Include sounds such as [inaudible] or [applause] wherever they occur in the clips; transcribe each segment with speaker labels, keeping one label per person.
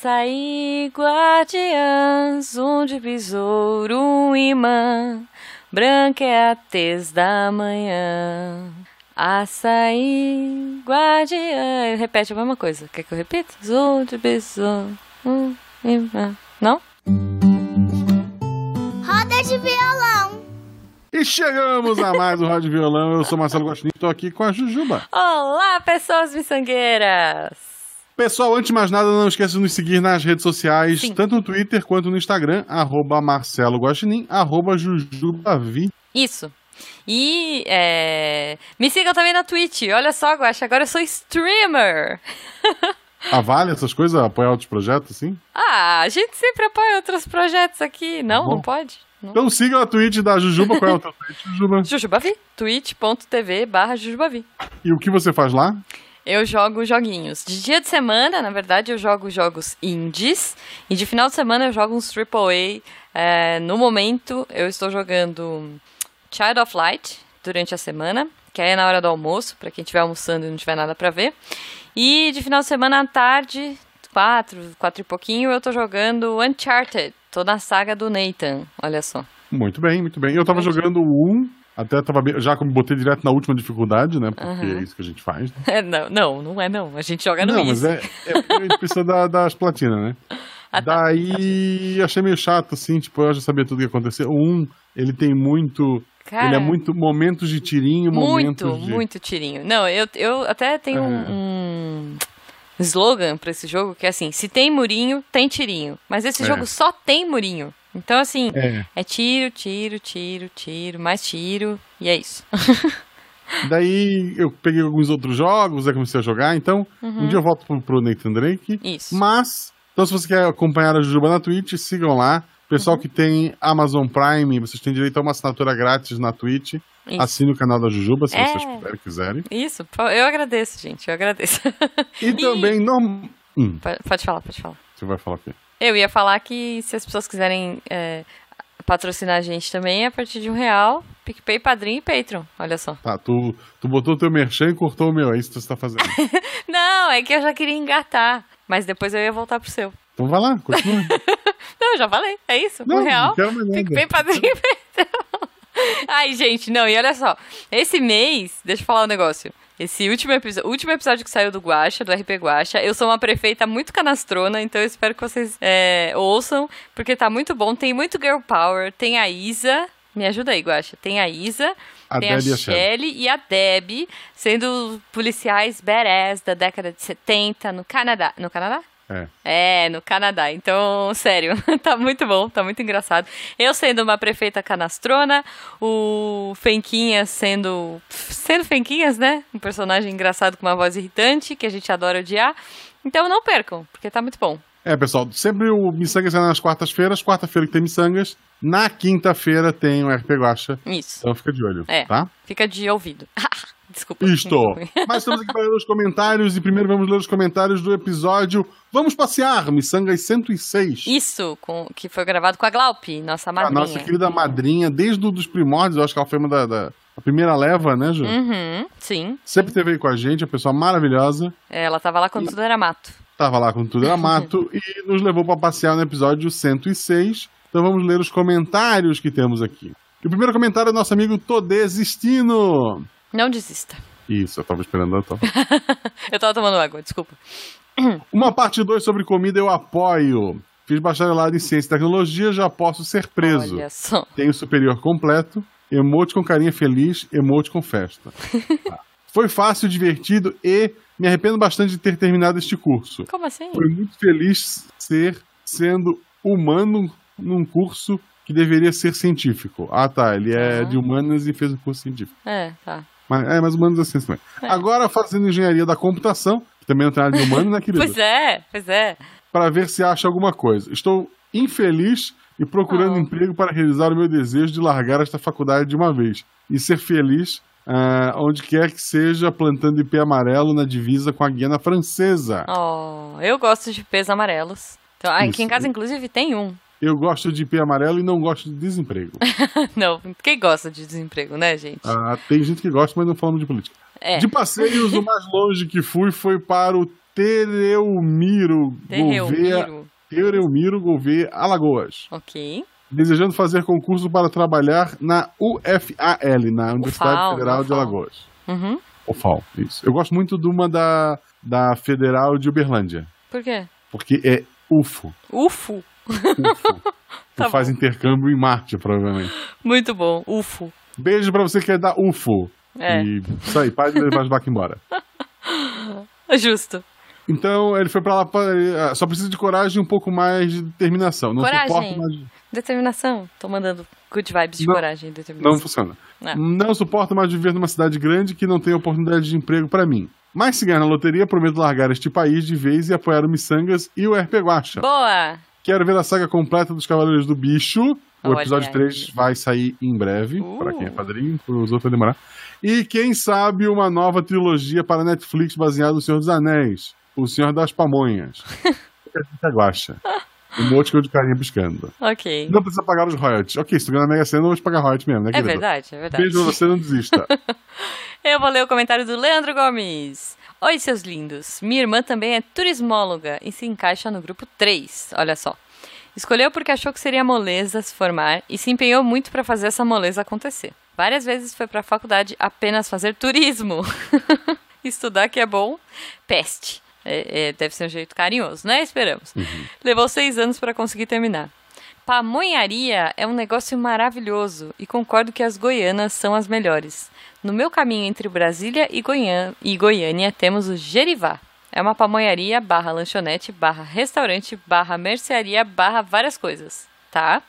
Speaker 1: Açaí, guardiãs, um de besouro, um imã, branca é a tez da manhã. Açaí, guardiã. Repete a mesma coisa. Quer que eu repita? Zoom de besouro, um imã. Não?
Speaker 2: Roda de violão.
Speaker 3: E chegamos a mais um Rod Violão. Eu sou Marcelo Gostinho e estou aqui com a Jujuba.
Speaker 1: Olá, pessoas miçangueiras!
Speaker 3: Pessoal, antes de mais nada, não esqueça de nos seguir nas redes sociais,
Speaker 1: Sim.
Speaker 3: tanto no Twitter quanto no Instagram, arroba Marcelo Guaxinim, arroba Jujubavi.
Speaker 1: Isso. E é, me sigam também na Twitch. Olha só, Guaxa, agora eu sou streamer.
Speaker 3: Ah, vale essas coisas? Apoiar outros projetos, assim?
Speaker 1: Ah, a gente sempre apoia outros projetos aqui. Não,
Speaker 3: Bom.
Speaker 1: não pode? Não.
Speaker 3: Então siga a Twitch da Jujuba, qual é o teu Twitch, Jujuba?
Speaker 1: Jujubavi. twitch.tv barra Jujubavi.
Speaker 3: E o que você faz lá?
Speaker 1: Eu jogo joguinhos. De dia de semana, na verdade, eu jogo jogos indies. E de final de semana eu jogo uns AAA. É, no momento, eu estou jogando Child of Light durante a semana, que aí é na hora do almoço, para quem estiver almoçando e não tiver nada para ver. E de final de semana à tarde, quatro, quatro e pouquinho, eu tô jogando Uncharted. Tô na saga do Nathan, olha só. [laughs]
Speaker 3: Muito bem, muito bem. Eu tava
Speaker 1: Muito.
Speaker 3: jogando o 1, até tava, bem- já que eu me botei direto na última dificuldade, né? Porque
Speaker 1: Aham.
Speaker 3: é isso que a gente faz.
Speaker 1: É, não, não, não é não. A gente joga no
Speaker 3: Não,
Speaker 1: Easy.
Speaker 3: mas é, é porque a gente precisa da- das platinas, né?
Speaker 1: Ah, tá.
Speaker 3: Daí achei meio chato, assim, tipo, eu já sabia tudo o que ia acontecer. O Um, ele tem muito. Ele é
Speaker 1: Cara.
Speaker 3: muito momentos de tirinho, momentos
Speaker 1: Muito,
Speaker 3: de.
Speaker 1: muito tirinho. Não, eu, eu até tenho
Speaker 3: É.
Speaker 1: um, um slogan pra esse jogo que é assim: se tem murinho, tem tirinho. Mas esse
Speaker 3: É.
Speaker 1: jogo só tem murinho. Então, assim,
Speaker 3: É.
Speaker 1: é tiro, tiro, tiro, tiro, mais tiro, e é
Speaker 3: [laughs]
Speaker 1: isso.
Speaker 3: Daí eu peguei alguns outros jogos, aí comecei a jogar. Então, um dia eu volto pro, pro Nathan Drake.
Speaker 1: Uhum. Isso.
Speaker 3: Mas, então se você quer acompanhar a Jujuba na Twitch, sigam lá. Pessoal
Speaker 1: Uhum.
Speaker 3: que tem Amazon Prime, vocês têm direito a uma assinatura grátis na Twitch.
Speaker 1: Isso.
Speaker 3: Assine o canal da Jujuba, se
Speaker 1: É.
Speaker 3: vocês puderem, quiserem.
Speaker 1: Isso, po- eu agradeço, gente, eu agradeço. [laughs]
Speaker 3: E também, norm... Hum,
Speaker 1: Po- pode falar, pode falar.
Speaker 3: você vai falar o quê?
Speaker 1: Eu ia falar que se as pessoas quiserem é, patrocinar a gente também, a partir de um real, PicPay, Padrim e Patreon. Olha só.
Speaker 3: Tá, tu, tu botou o teu merchan e cortou o meu, é isso que você
Speaker 1: [laughs]
Speaker 3: tá fazendo.
Speaker 1: Não, é que eu já queria engatar, mas depois eu ia voltar pro seu.
Speaker 3: Então vai lá,
Speaker 1: [laughs]
Speaker 3: continua.
Speaker 1: Não, eu já falei. É isso.
Speaker 3: Não,
Speaker 1: um real.
Speaker 3: não quero mais nada.
Speaker 1: Fico bem padrinho. então. [laughs] Ai, gente, não, e olha só. Esse mês, deixa eu falar um negócio. Esse último, episo- último episódio que saiu do Guacha, do RP Guacha, eu sou uma prefeita muito canastrona, então eu espero que vocês é, ouçam, porque tá muito bom. Tem muito Girl Power, tem a Isa. Me ajuda aí, Guacha. Tem a Isa,
Speaker 3: A
Speaker 1: tem
Speaker 3: Deb e
Speaker 1: a
Speaker 3: a Shelly.
Speaker 1: Shelly e a Deb, sendo policiais badass da década de 70 no Canadá. No Canadá?
Speaker 3: É.
Speaker 1: É, no Canadá. Então, sério, [laughs] tá muito bom, tá muito engraçado. Eu sendo uma prefeita canastrona, o Fenquinhas sendo. sendo Fenquinhas, né? Um personagem engraçado com uma voz irritante, que a gente adora odiar. Então não percam, porque tá muito bom.
Speaker 3: É, pessoal, sempre o Missangas é nas quartas-feiras, quarta-feira que tem Missangas, na quinta-feira tem o RP Guacha,
Speaker 1: Isso.
Speaker 3: então fica de olho,
Speaker 1: É.
Speaker 3: tá?
Speaker 1: Fica de ouvido. [laughs] Desculpa.
Speaker 3: Isto! Mas estamos aqui para ler os comentários e primeiro vamos ler os comentários do episódio Vamos Passear, Missangas 106.
Speaker 1: Isso, com, que foi gravado com a Glaupe, nossa
Speaker 3: a
Speaker 1: madrinha.
Speaker 3: nossa querida madrinha, desde os primórdios, eu acho que ela foi uma da, da- a primeira leva, né, Ju?
Speaker 1: Uhum, sim.
Speaker 3: Sempre teve aí com a gente, uma pessoa maravilhosa.
Speaker 1: Ela tava lá quando tudo era mato.
Speaker 3: Tava lá com tudo era mato e nos levou para passear no episódio 106. Então vamos ler os comentários que temos aqui. E o primeiro comentário é do nosso amigo Todesistino.
Speaker 1: Não desista.
Speaker 3: Isso, eu tava esperando a tua.
Speaker 1: Eu tava tomando água, desculpa.
Speaker 3: Uma parte 2 sobre comida eu apoio. Fiz bacharelado em ciência e tecnologia, já posso ser preso.
Speaker 1: Olha só.
Speaker 3: Tenho superior completo, emote com carinha feliz, emote com festa. Tá. Foi fácil, divertido e me arrependo bastante de ter terminado este curso.
Speaker 1: Como assim?
Speaker 3: Foi muito feliz ser sendo humano num curso que deveria ser científico. Ah, tá. Ele é
Speaker 1: Ah.
Speaker 3: de humanas e fez um curso científico.
Speaker 1: É, tá.
Speaker 3: Mas, é, mas humanos é ciência também. Agora fazendo engenharia da computação, que também não tem nada de humano,
Speaker 1: [laughs]
Speaker 3: né, querido?
Speaker 1: Pois é, pois é.
Speaker 3: Para ver se acha alguma coisa. Estou infeliz e procurando
Speaker 1: Ah.
Speaker 3: emprego para realizar o meu desejo de largar esta faculdade de uma vez e ser feliz ah, onde quer que seja, plantando IP amarelo na divisa com a Guiana Francesa.
Speaker 1: Ah. Ó, eu gosto de pés amarelos. Então, ah, aqui em
Speaker 3: Isso.
Speaker 1: casa, inclusive, tem um. [laughs]
Speaker 3: Eu gosto de IP amarelo e não gosto de desemprego.
Speaker 1: Não, quem gosta de desemprego, né, gente?
Speaker 3: Ah, tem gente que gosta, mas não falamos de política.
Speaker 1: É.
Speaker 3: De passeios, o mais longe que fui foi para o Tereumiro Gouveia.
Speaker 1: Terreumiro.
Speaker 3: Tereumiro Gouveia Alagoas.
Speaker 1: Ok.
Speaker 3: Desejando fazer concurso para trabalhar na UFAL, na Universidade
Speaker 1: UFAL,
Speaker 3: Federal de
Speaker 1: UFAL.
Speaker 3: Alagoas.
Speaker 1: Uhum.
Speaker 3: UFAL, isso. Eu gosto muito de uma da, da Federal de Uberlândia,
Speaker 1: Por quê?
Speaker 3: porque é UFO.
Speaker 1: Ufo. [laughs]
Speaker 3: UFO.
Speaker 1: Tá
Speaker 3: Tu faz intercâmbio em Marte, provavelmente.
Speaker 1: Muito bom. Ufo.
Speaker 3: Beijo pra você que é da UFO.
Speaker 1: É,
Speaker 3: E isso aí, para de levar as vacas embora.
Speaker 1: justo.
Speaker 3: Então, ele foi pra lá. pra- ele, ah, só precisa de coragem e um pouco mais de determinação. Não
Speaker 1: Coragem.
Speaker 3: suporta mais.
Speaker 1: Determinação. Tô mandando good vibes de
Speaker 3: Não.
Speaker 1: coragem e
Speaker 3: Não
Speaker 1: determinação.
Speaker 3: funciona.
Speaker 1: É.
Speaker 3: Não suporto mais viver numa cidade grande que não tem oportunidade de emprego pra mim. Mas se ganhar na loteria, prometo largar este país de vez e apoiar o Missangas e o RP Guacha.
Speaker 1: Boa!
Speaker 3: Quero ver a saga completa dos Cavaleiros do Bicho. O
Speaker 1: Olha
Speaker 3: episódio
Speaker 1: aí.
Speaker 3: 3 vai sair em breve,
Speaker 1: Uh.
Speaker 3: pra quem é padrinho, os outros vai demorar. E quem sabe uma nova trilogia para Netflix baseada no Senhor dos Anéis, O Senhor das
Speaker 1: [laughs]
Speaker 3: Pamonhas. Fica guacha. Um monte de carinha piscando.
Speaker 1: Ok.
Speaker 3: Não precisa pagar os royalties. Ok, se tu ganhar na Mega Sena, eu vou te pagar royalties mesmo, né,
Speaker 1: É
Speaker 3: querido?
Speaker 1: verdade, é verdade.
Speaker 3: Beijo pra você, não desista.
Speaker 1: Eu vou ler o comentário do Leandro Gomes. Oi, seus lindos. Minha irmã também é turismóloga e se encaixa no grupo 3. Olha só. Escolheu porque achou que seria moleza se formar e se empenhou muito para fazer essa moleza acontecer. Várias vezes foi para a faculdade apenas fazer turismo. [laughs] Estudar que é bom. Peste. É- é, deve ser um jeito carinhoso, né? Esperamos. Levou seis anos para conseguir terminar. Pamonharia é um negócio maravilhoso e concordo que as goianas são as melhores. No meu caminho entre Brasília e, Goiã- e Goiânia temos o Gerivá. É uma pamonharia barra lanchonete barra restaurante barra mercearia barra várias coisas, tá?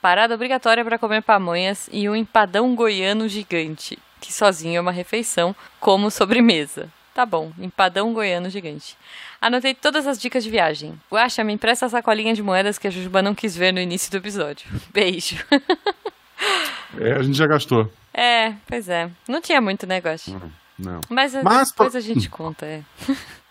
Speaker 1: Parada obrigatória para comer pamonhas e um empadão goiano gigante, que sozinho é uma refeição, como sobremesa. Tá bom, empadão goiano gigante. Anotei todas as dicas de viagem. Guaxa, me empresta a sacolinha de moedas que a Jujuba não quis ver no início do episódio. [laughs] Beijo.
Speaker 3: É, a gente já gastou.
Speaker 1: É, pois é. Não tinha muito negócio.
Speaker 3: Não.
Speaker 1: Mas, a-
Speaker 3: Mas,
Speaker 1: depois
Speaker 3: pô-
Speaker 1: a gente conta, é.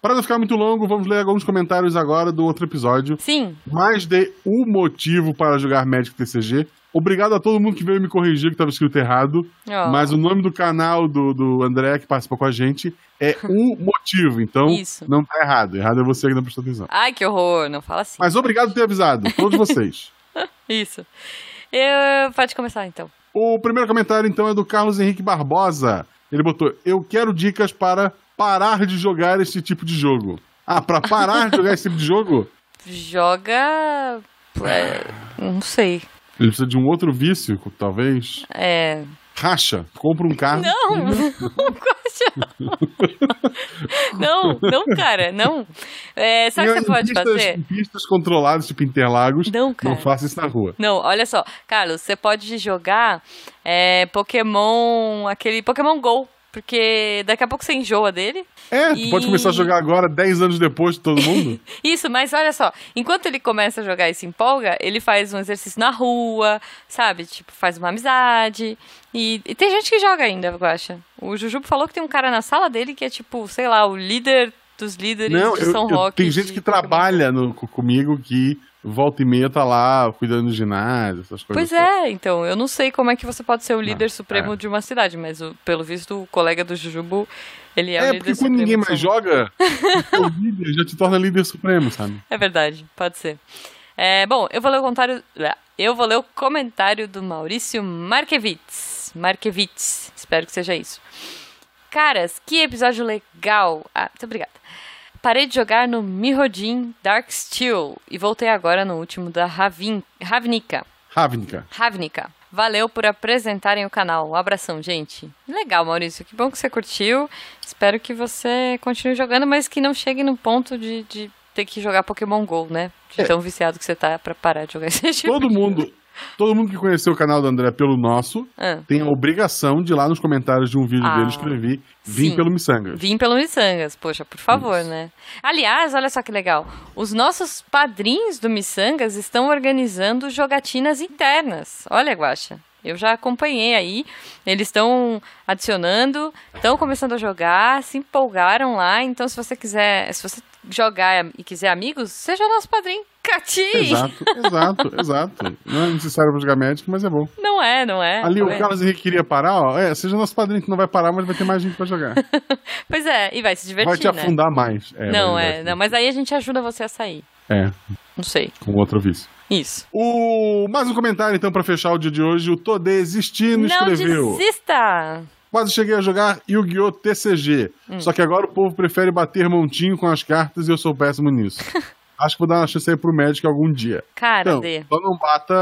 Speaker 3: Para não ficar muito longo, vamos ler alguns comentários agora do outro episódio.
Speaker 1: Sim,
Speaker 3: Mas dê um motivo para jogar Magic TCG. Obrigado a todo mundo que veio me corrigir que estava escrito errado.
Speaker 1: ó.
Speaker 3: Mas o nome do canal do, do André, que participou com a gente, é o motivo. Então,
Speaker 1: Isso.
Speaker 3: não tá errado. Errado é você que não prestou atenção.
Speaker 1: Ai, que horror, não fala assim.
Speaker 3: Mas obrigado por ter avisado, todos vocês.
Speaker 1: Isso. Eu... Pode começar, então.
Speaker 3: O primeiro comentário, então, é do Carlos Henrique Barbosa. Ele botou: Eu quero dicas para parar de jogar esse tipo de jogo. Ah, para parar de jogar esse tipo de jogo?
Speaker 1: Joga... é, Não sei.
Speaker 3: Ele precisa de um outro vício, talvez.
Speaker 1: É...
Speaker 3: Racha, compra um carro.
Speaker 1: Não, [laughs] não, Guaxa. Não, não, cara, não. É, sabe o que
Speaker 3: Em
Speaker 1: você pode
Speaker 3: pistas,
Speaker 1: fazer?
Speaker 3: em Pistas controladas, tipo Interlagos.
Speaker 1: Não, cara.
Speaker 3: Não faça isso na rua.
Speaker 1: Não, olha só, Carlos, você pode jogar é, Pokémon, aquele Pokémon Go, porque daqui a pouco você enjoa dele.
Speaker 3: É, tu
Speaker 1: E-
Speaker 3: pode começar a jogar agora, 10 anos depois de
Speaker 1: [laughs]
Speaker 3: todo mundo.
Speaker 1: Isso, mas olha só, enquanto ele começa a jogar e se empolga, ele faz um exercício na rua, sabe? Tipo, faz uma amizade. E, e tem gente que joga ainda, eu acho. O Jujubo falou que tem um cara na sala dele que é tipo, sei lá, o líder dos líderes
Speaker 3: não,
Speaker 1: de
Speaker 3: eu-
Speaker 1: São
Speaker 3: eu-
Speaker 1: Roque.
Speaker 3: tem gente
Speaker 1: de é
Speaker 3: que
Speaker 1: Pokémon.
Speaker 3: trabalha no- co- comigo que volta e meia tá lá cuidando do ginásio, essas coisas.
Speaker 1: Pois é, então, eu não sei como é que você pode ser o líder supremo
Speaker 3: é.
Speaker 1: de uma cidade, mas o- pelo visto o colega do Jujubo, ele é, o
Speaker 3: É,
Speaker 1: líder
Speaker 3: porque
Speaker 1: supremo.
Speaker 3: quando ninguém
Speaker 1: de São
Speaker 3: mais
Speaker 1: Paulo.
Speaker 3: joga, o líder já te torna líder supremo, sabe?
Speaker 1: É verdade, pode ser. É, bom, eu vou ler o comentário. Eu vou ler o comentário do Maurício Markevitz. Markevitz, espero que seja isso. Caras, que episódio legal! Ah, muito obrigada. Parei de jogar no Mirrodin Dark Steel e voltei agora no último da Ravin, Ravnica.
Speaker 3: Ravnica.
Speaker 1: Ravnica. Valeu por apresentarem o canal. Um abração, gente. Legal, Maurício. Que bom que você curtiu. Espero que você continue jogando, mas que não chegue no ponto de, de ter que jogar Pokémon GO, né? De tão viciado que você tá pra parar de jogar esse tipo.
Speaker 3: É. Todo mundo, todo mundo que conheceu o canal do André pelo nosso
Speaker 1: Ah,
Speaker 3: tem a obrigação de ir lá nos comentários de um vídeo
Speaker 1: Ah,
Speaker 3: dele escrever Vim
Speaker 1: sim.
Speaker 3: pelo Missangas.
Speaker 1: vim pelo Missangas, poxa, por favor,
Speaker 3: Isso.
Speaker 1: né? Aliás, olha só que legal. Os nossos padrinhos do Missangas estão organizando jogatinas internas. Olha, Guaxa. Eu já acompanhei aí, eles estão adicionando, estão começando a jogar, se empolgaram lá. Então, se você quiser, se você jogar e quiser amigos, seja nosso padrinho. Cati!
Speaker 3: Exato,
Speaker 1: [laughs]
Speaker 3: exato, exato. Não é necessário pra jogar médico, mas é bom.
Speaker 1: Não é, não é.
Speaker 3: Ali
Speaker 1: não
Speaker 3: o
Speaker 1: é.
Speaker 3: Carlos Henrique queria parar, ó. É, seja nosso padrinho que não vai parar, mas vai ter mais gente pra jogar.
Speaker 1: Pois é, e vai se divertir,
Speaker 3: Vai te
Speaker 1: né?
Speaker 3: afundar mais.
Speaker 1: não,
Speaker 3: vai-
Speaker 1: é, não, mas aí a gente ajuda você a sair.
Speaker 3: É,
Speaker 1: Não sei.
Speaker 3: com outro vício.
Speaker 1: Isso.
Speaker 3: O... Mais um comentário, então, pra fechar o dia de hoje. O Tô Desistindo
Speaker 1: não
Speaker 3: escreveu.
Speaker 1: desista!
Speaker 3: Quase cheguei a jogar Yu-Gi-Oh! TCG.
Speaker 1: Hum.
Speaker 3: Só que agora o povo prefere bater montinho com as cartas e eu sou
Speaker 1: [laughs]
Speaker 3: péssimo nisso. Acho que vou dar uma chance aí pro médico algum dia.
Speaker 1: Cara,
Speaker 3: Então,
Speaker 1: Dê.
Speaker 3: só não bata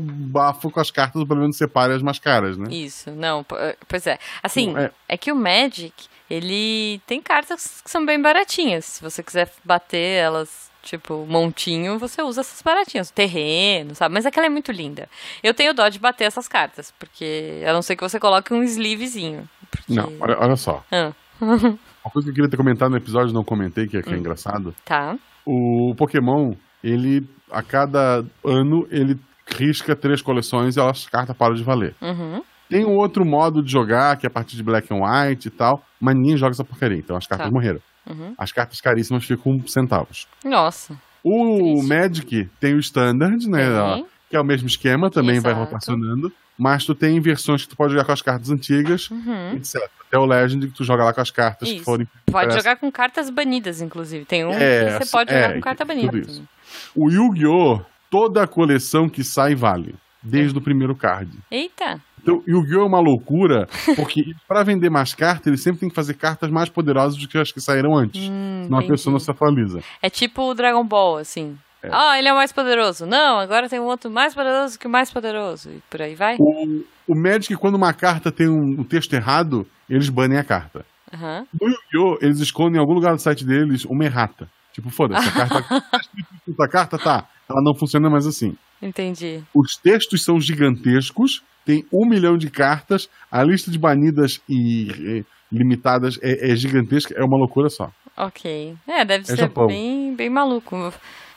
Speaker 3: bafo com as cartas, ou pelo menos separe as mais caras, né?
Speaker 1: Isso, não, po- pois é. Assim,
Speaker 3: Não, é.
Speaker 1: é. que o Magic, ele tem cartas que são bem baratinhas. Se você quiser bater elas, tipo, montinho, você usa essas baratinhas. Terreno, sabe? Mas aquela é muito linda. Eu tenho dó de bater essas cartas, porque a não ser que você coloque um sleevezinho. porque-
Speaker 3: Não, olha, olha só.
Speaker 1: Ah,
Speaker 3: Uma coisa que eu queria ter comentado no episódio, não comentei, que é, que é engraçado.
Speaker 1: tá.
Speaker 3: O Pokémon, ele, a cada ano, ele risca três coleções e elas, as cartas param de valer.
Speaker 1: Uhum.
Speaker 3: Tem um outro modo de jogar, que é a partir de Black and White e tal, mas ninguém joga essa porcaria, então as cartas
Speaker 1: Tá.
Speaker 3: morreram.
Speaker 1: Uhum.
Speaker 3: As cartas caríssimas ficam com centavos.
Speaker 1: Nossa.
Speaker 3: O
Speaker 1: Triste.
Speaker 3: Magic tem o Standard, né?
Speaker 1: Uhum.
Speaker 3: ó, Que é o mesmo esquema, também vai
Speaker 1: Exato.
Speaker 3: rotacionando. Mas tu tem versões que tu pode jogar com as cartas antigas,
Speaker 1: Uhum.
Speaker 3: etc. Até o Legend, que tu joga lá com as cartas que
Speaker 1: Isso.
Speaker 3: forem.
Speaker 1: Pode
Speaker 3: parece-
Speaker 1: jogar com cartas banidas, inclusive. Tem um
Speaker 3: É,
Speaker 1: que você pode
Speaker 3: é,
Speaker 1: jogar com carta
Speaker 3: tudo
Speaker 1: banida.
Speaker 3: isso.
Speaker 1: também.
Speaker 3: O Yu-Gi-Oh! Toda a coleção que sai vale. Desde o primeiro card.
Speaker 1: Eita.
Speaker 3: Então, Yu-Gi-Oh! é uma
Speaker 1: [laughs]
Speaker 3: loucura, porque pra vender mais cartas, ele sempre tem que fazer cartas mais poderosas do que as que saíram antes.
Speaker 1: Hum,
Speaker 3: senão a
Speaker 1: entendi.
Speaker 3: pessoa não se atualiza.
Speaker 1: É tipo o Dragon Ball, assim. Ah, ele é o mais poderoso. Não, agora tem um outro mais poderoso que o mais poderoso. E por aí
Speaker 3: É.
Speaker 1: vai?
Speaker 3: O, o Magic, quando uma carta tem um, um texto errado, eles banem a carta.
Speaker 1: Aham.
Speaker 3: No Yu-Gi-Oh! eles escondem em algum lugar do site deles uma errata. Tipo, foda-se, a
Speaker 1: [laughs]
Speaker 3: carta. tá escrito isso, a carta tá. Ela não funciona mais assim.
Speaker 1: Entendi.
Speaker 3: Os textos são gigantescos, tem um milhão de cartas, a lista de banidas e. e limitadas é, é gigantesca, é uma loucura só.
Speaker 1: Ok. É, deve ser
Speaker 3: Japão.
Speaker 1: bem, bem maluco.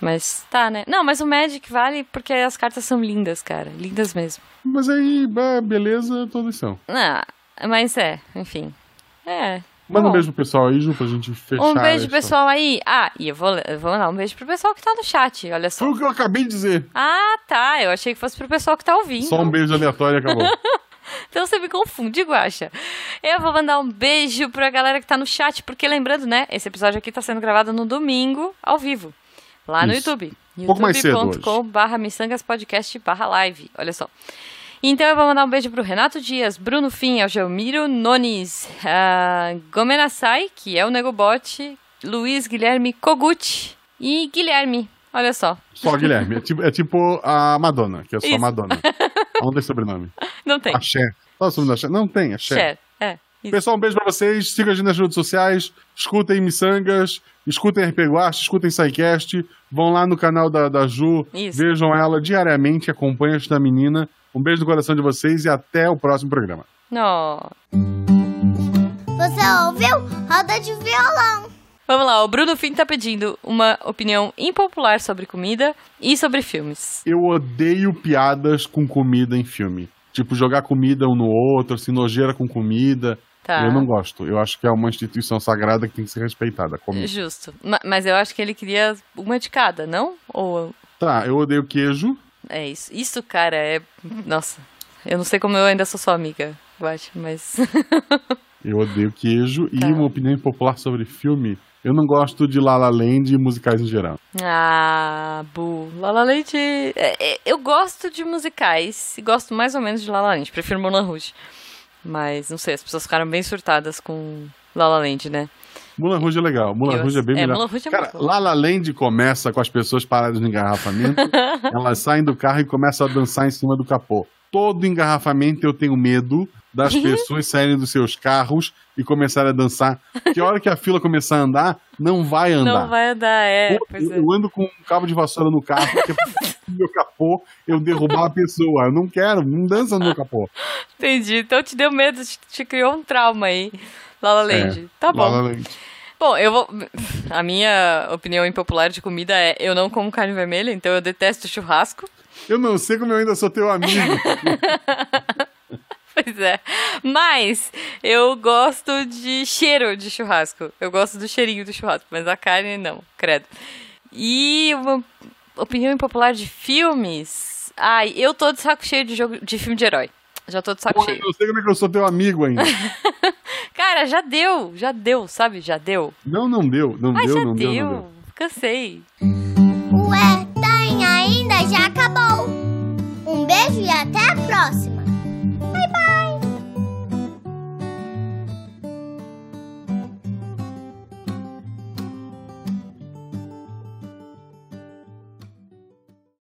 Speaker 1: Mas tá, né? Não, mas o Magic vale porque as cartas são lindas, cara. Lindas mesmo.
Speaker 3: Mas aí, be- beleza, todos são.
Speaker 1: Ah, mas é, enfim. É.
Speaker 3: Manda um
Speaker 1: Bom.
Speaker 3: beijo pro pessoal aí, Ju, pra gente fechar.
Speaker 1: Um beijo,
Speaker 3: essa-
Speaker 1: pessoal, aí. Ah, e eu vou, eu vou mandar um beijo pro pessoal que tá no chat, olha só.
Speaker 3: Foi o que eu acabei de dizer.
Speaker 1: Ah, tá. Eu achei que fosse pro pessoal que tá ouvindo.
Speaker 3: Só um beijo aleatório
Speaker 1: [laughs]
Speaker 3: e acabou.
Speaker 1: Então você me confunde, Guaxa. Eu vou mandar um beijo pra galera que tá no chat, porque lembrando, né? Esse episódio aqui tá sendo gravado no domingo, ao vivo. Lá no
Speaker 3: Isso.
Speaker 1: YouTube.
Speaker 3: Um pouco mais cedo hoje.
Speaker 1: barra miçangaspodcast barra live. Olha só. Então eu vou mandar um beijo pro Renato Dias, Bruno Fim, Algemiro Nones, ah, Gomenasai, que é o Negobot, Luiz Guilherme Kogut e Guilherme. Olha só,
Speaker 3: Só Guilherme. É tipo, é tipo a Madonna, que é só
Speaker 1: Isso. [laughs]
Speaker 3: Madonna. Não tem sobrenome.
Speaker 1: não tem.
Speaker 3: Axé. Qual é o sobrenome da Axé? Não tem, Axé.
Speaker 1: Share. É, isso.
Speaker 3: Pessoal, um beijo pra vocês. Sigam a gente nas redes sociais. Escutem Missangas. Escutem RP Guache. Escutem SciCast. Vão lá no canal da, da Ju.
Speaker 1: Isso.
Speaker 3: Vejam ela diariamente. Acompanhem esta menina. Um beijo no coração de vocês e até o próximo programa.
Speaker 1: Nó.
Speaker 2: Você ouviu? Roda de violão.
Speaker 1: Vamos lá, o Bruno Fim tá pedindo uma opinião impopular sobre comida e sobre filmes.
Speaker 3: Eu odeio piadas com comida em filme. Tipo, jogar comida um no outro, assim, nojeira com comida.
Speaker 1: Tá.
Speaker 3: Eu não gosto. Eu acho que é uma instituição sagrada que tem que ser respeitada. Como...
Speaker 1: Justo. Ma- mas eu acho que ele queria uma de cada, não? Ou
Speaker 3: Tá, eu odeio queijo.
Speaker 1: é isso? Isso, cara, é. Nossa, eu não sei como eu ainda sou sua amiga, eu acho, mas. [laughs]
Speaker 3: Eu odeio queijo. E
Speaker 1: Tá.
Speaker 3: uma opinião popular sobre filme. Eu não gosto de La La Land e musicais em geral.
Speaker 1: ah, bu. Lala Leite. é, eu gosto de musicais e gosto mais ou menos de Lala Land. Prefiro Moulin Rouge. Mas não sei, as pessoas ficaram bem surtadas com Lala Land, né?
Speaker 3: Moulin Rouge é legal. Moulin
Speaker 1: Eu-
Speaker 3: Rouge é bem
Speaker 1: é,
Speaker 3: melhor.
Speaker 1: Moulin Rouge é
Speaker 3: Cara,
Speaker 1: muito bom.
Speaker 3: La La Land começa com as pessoas paradas
Speaker 1: [laughs]
Speaker 3: no engarrafamento. elas saem do carro e começam a dançar em cima do capô. Todo engarrafamento eu tenho medo
Speaker 1: [laughs]
Speaker 3: das pessoas saírem dos seus carros e começarem a dançar. Porque a hora que a fila começar a andar, não vai andar.
Speaker 1: Não vai andar, é.
Speaker 3: Eu-
Speaker 1: Pois é.
Speaker 3: eu ando com um cabo de vassoura no carro, porque
Speaker 1: [laughs]
Speaker 3: meu capô, eu derrubar a pessoa. Eu não quero, não dança no meu capô.
Speaker 1: Entendi. Então te deu medo, te, te criou um trauma aí. Lala Land. Tá bom.
Speaker 3: La La Land.
Speaker 1: Bom, eu vou. A minha opinião impopular de comida é: eu não como carne vermelha, então eu detesto churrasco. [laughs]
Speaker 3: Eu não sei como eu ainda sou teu amigo.
Speaker 1: Pois é. Mas eu gosto de cheiro de churrasco. Eu gosto do cheirinho do churrasco, mas a carne não, credo. E uma opinião impopular de filmes. Ai, eu tô de saco cheio de, jogo, de filme de herói. Já tô de saco
Speaker 3: Pô,
Speaker 1: cheio.
Speaker 3: eu sei como é que eu sou teu amigo ainda.
Speaker 1: Cara, já deu, já deu, sabe? Já deu.
Speaker 3: Não, não deu. Não
Speaker 1: Ai,
Speaker 3: deu,
Speaker 1: já
Speaker 3: não deu,
Speaker 1: deu.
Speaker 3: não deu.
Speaker 1: Cansei.
Speaker 2: tá, Ué, tem ainda já acabou. Um beijo e até a próxima.